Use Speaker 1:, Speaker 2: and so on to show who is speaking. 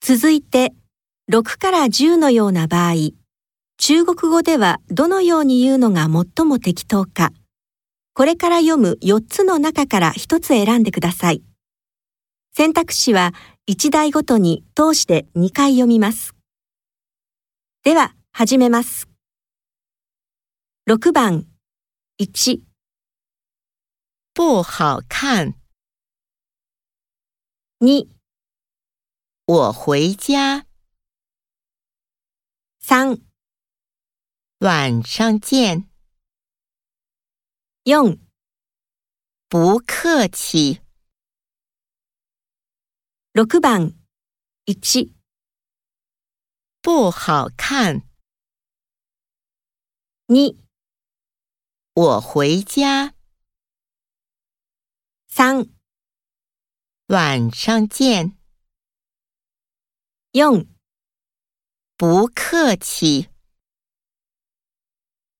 Speaker 1: 続いて、6から10のような場合、中国語ではどのように言うのが最も適当か、これから読む4つの中から1つ選んでください。選択肢は1台ごとに通して2回読みます。では、始めます。6番、1、
Speaker 2: 不好看，
Speaker 1: 2、
Speaker 2: 我回家，
Speaker 1: 3、
Speaker 2: 晚上见，
Speaker 1: 4、
Speaker 2: 不客气。
Speaker 1: 6番、1、
Speaker 2: 不好看，
Speaker 1: 2、
Speaker 2: 我回家，
Speaker 1: 3、
Speaker 2: 晚上见，
Speaker 1: 4、
Speaker 2: 不客气。